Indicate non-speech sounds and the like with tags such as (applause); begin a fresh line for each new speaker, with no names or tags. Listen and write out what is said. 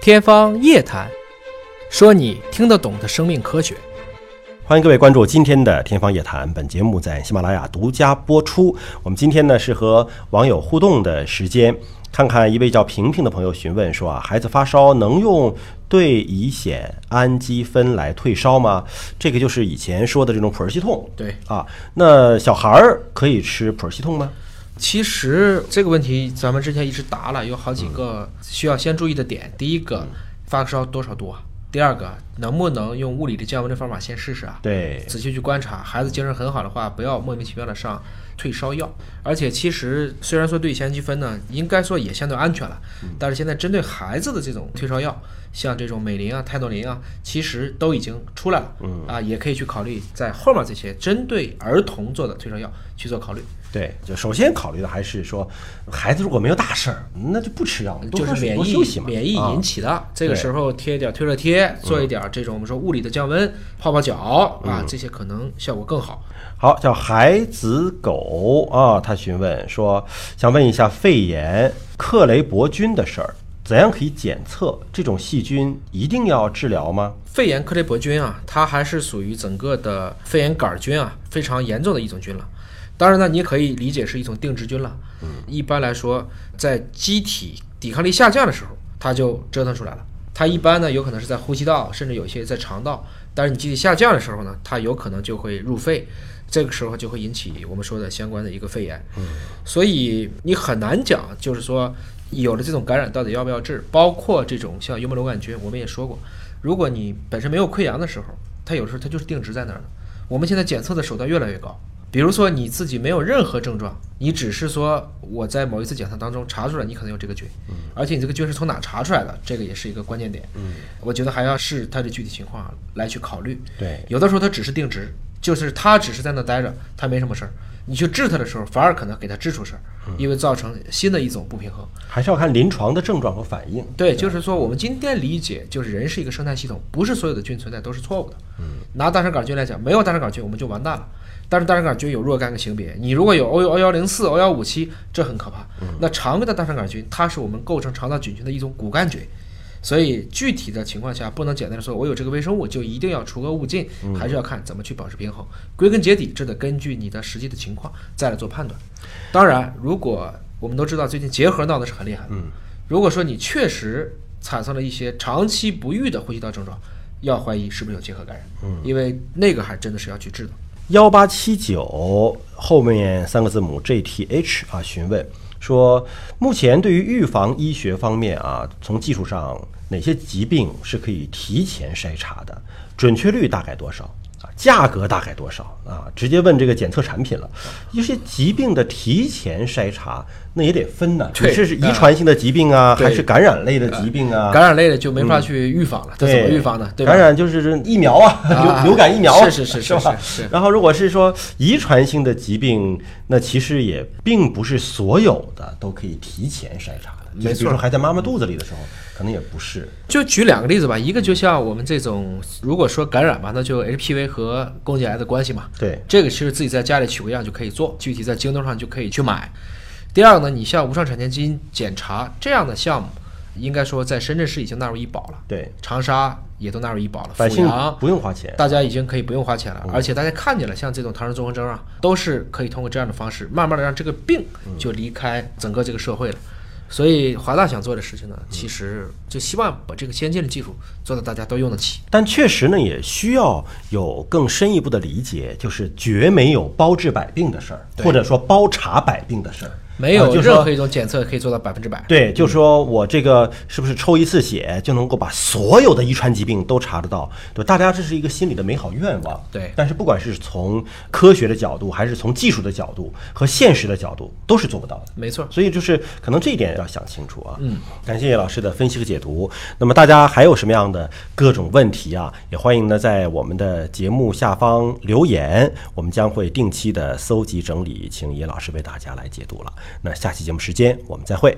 天方夜谭，说你听得懂的生命科学。
欢迎各位关注今天的《天方夜谭》，本节目在喜马拉雅独家播出。我们今天呢是和网友互动的时间，看看一位叫萍萍的朋友询问说啊，孩子发烧能用对乙酰氨基酚来退烧吗？这个就是以前说的这种普尔西痛
对，
啊。那小孩儿可以吃普尔西痛吗？
其实这个问题咱们之前一直答了，有好几个需要先注意的点。第一个，发烧多少度啊？第二个，能不能用物理的降温的方法先试试啊？
对，
仔细去观察，孩子精神很好的话，不要莫名其妙的上退烧药。而且其实虽然说对乙酰氨基酚呢，应该说也相对安全了，
嗯
但是现在针对孩子的这种退烧药，像这种美林啊、泰诺林啊，其实都已经出来了，
嗯
啊，也可以去考虑在后面这些针对儿童做的退烧药去做考虑。
对，就首先考虑的还是说，孩子如果没有大事儿，那就不吃药，多
就
喝
是
水
免
多
疫
休息嘛。
免疫
啊
引起的，这个
对
时候贴一点退热贴，做一点这种我们说物理的降温，泡泡脚
嗯
啊，这些可能效果更好。
好，叫孩子狗啊，他询问说，想问一下肺炎克雷伯菌的事儿，怎样可以检测这种细菌？一定要治疗吗？
肺炎克雷伯菌啊，它还是属于整个的肺炎杆菌啊非常严重的一种菌了。当然呢，你也可以理解是一种定植菌了。嗯，一般来说，在机体抵抗力下降的时候，它就折腾出来了。它一般呢，有可能是在呼吸道，甚至有些在肠道。但是你机体下降的时候呢，它有可能就会入肺，这个时候就会引起我们说的相关的一个肺炎。嗯，所以你很难讲，就是说有了这种感染到底要不要治，包括这种像幽门螺杆菌，我们也说过，如果你本身没有溃疡的时候，它有的时候它就是定植在那儿的。我们现在检测的手段越来越高，比如说你自己没有任何症状，你只是说我在某一次检测当中查出来你可能有这个菌，而且你这个菌是从哪查出来的，这个也是一个关键点。嗯，我觉得还要视它的具体情况来去考虑。
对，
有的时候它只是定植，就是它只是在那待着，它没什么事儿。你去治它的时候，反而可能给它治出事儿，因为造成新的一种不平衡。
还是要看临床的症状和反应。
对，就是说我们今天理解，就是人是一个生态系统，不是所有的菌存在都是错误的。嗯，拿大肠杆菌来讲，没有大肠杆菌我们就完蛋了。但是大肠杆菌有若干个型别，你如果有 O 幺幺零四、O 幺五七，这很可怕。那常规的大肠杆菌，它是我们构成肠道菌群的一种骨干菌。所以具体的情况下，不能简单的说，我有这个微生物就一定要除恶务尽，还是要看怎么去保持平衡。归根结底，这得根据你的实际的情况再来做判断。当然，如果我们都知道最近结核闹的是很厉害，嗯，如果说你确实产生了一些长期不愈的呼吸道症状，要怀疑是不是有结核感染，嗯，因为那个还真的是要去治的。
幺八七九后面三个字母 JTH 啊，询问说，目前对于预防医学方面啊，从技术上哪些疾病是可以提前筛查的？准确率大概多少？啊，价格大概多少啊？直接问这个检测产品了。
啊
一些疾病的提前筛查，那也得分呐、
对
你是遗传性的疾病啊，
对
还是感染类的疾病啊？
感染类的就没法去预防了，这怎么预防呢？对吧？
感染就是这疫苗啊，
啊
流流感疫苗啊，
是是是
(laughs)
是
吧
是是
然后如果是说遗传性的疾病，那其实也并不是所有的都可以提前筛查的，就是比如说还在妈妈肚子里的时候，可能也不是。
就举两个例子吧，一个就像我们这种，如果说感染吧，那就 HPV 和宫颈癌的关系嘛。
对，
这个其实自己在家里取个样就可以做，具体在京东上就可以去买。第二个呢，你像无创产前基因检查这样的项目，应该说在深圳市已经纳入医保了，
对，
长沙也都纳入医保了，
百
阜
姓
阳
不用花钱。嗯
大家已经可以不用花钱了，而且大家看见了，像这种唐氏综合征啊，都是可以通过这样的方式，慢慢的让这个病就离开整个这个社会了。所以华大想做的事情呢，
嗯
其实就希望把这个先进的技术做到大家都用得起。
但确实呢，也需要有更深一步的理解，就是绝没有包治百病的事儿，或者说包查百病的事儿，
没
啊
有
就
任
说
何一种检测可以做到百分之百。
对，就说我这个是不是抽一次血就能够把所有的遗传疾病都查得到？对吧，大家这是一个心里的美好愿望。
对
但是不管是从科学的角度，还是从技术的角度和现实的角度，都是做不到的。
没错，
所以就是可能这一点要想清楚啊。嗯，感谢老师的分析和解读。那么大家还有什么样的各种问题啊？也欢迎呢在我们的节目下方留言，我们将会定期的搜集整理，请叶老师为大家来解读了。那下期节目时间我们再会。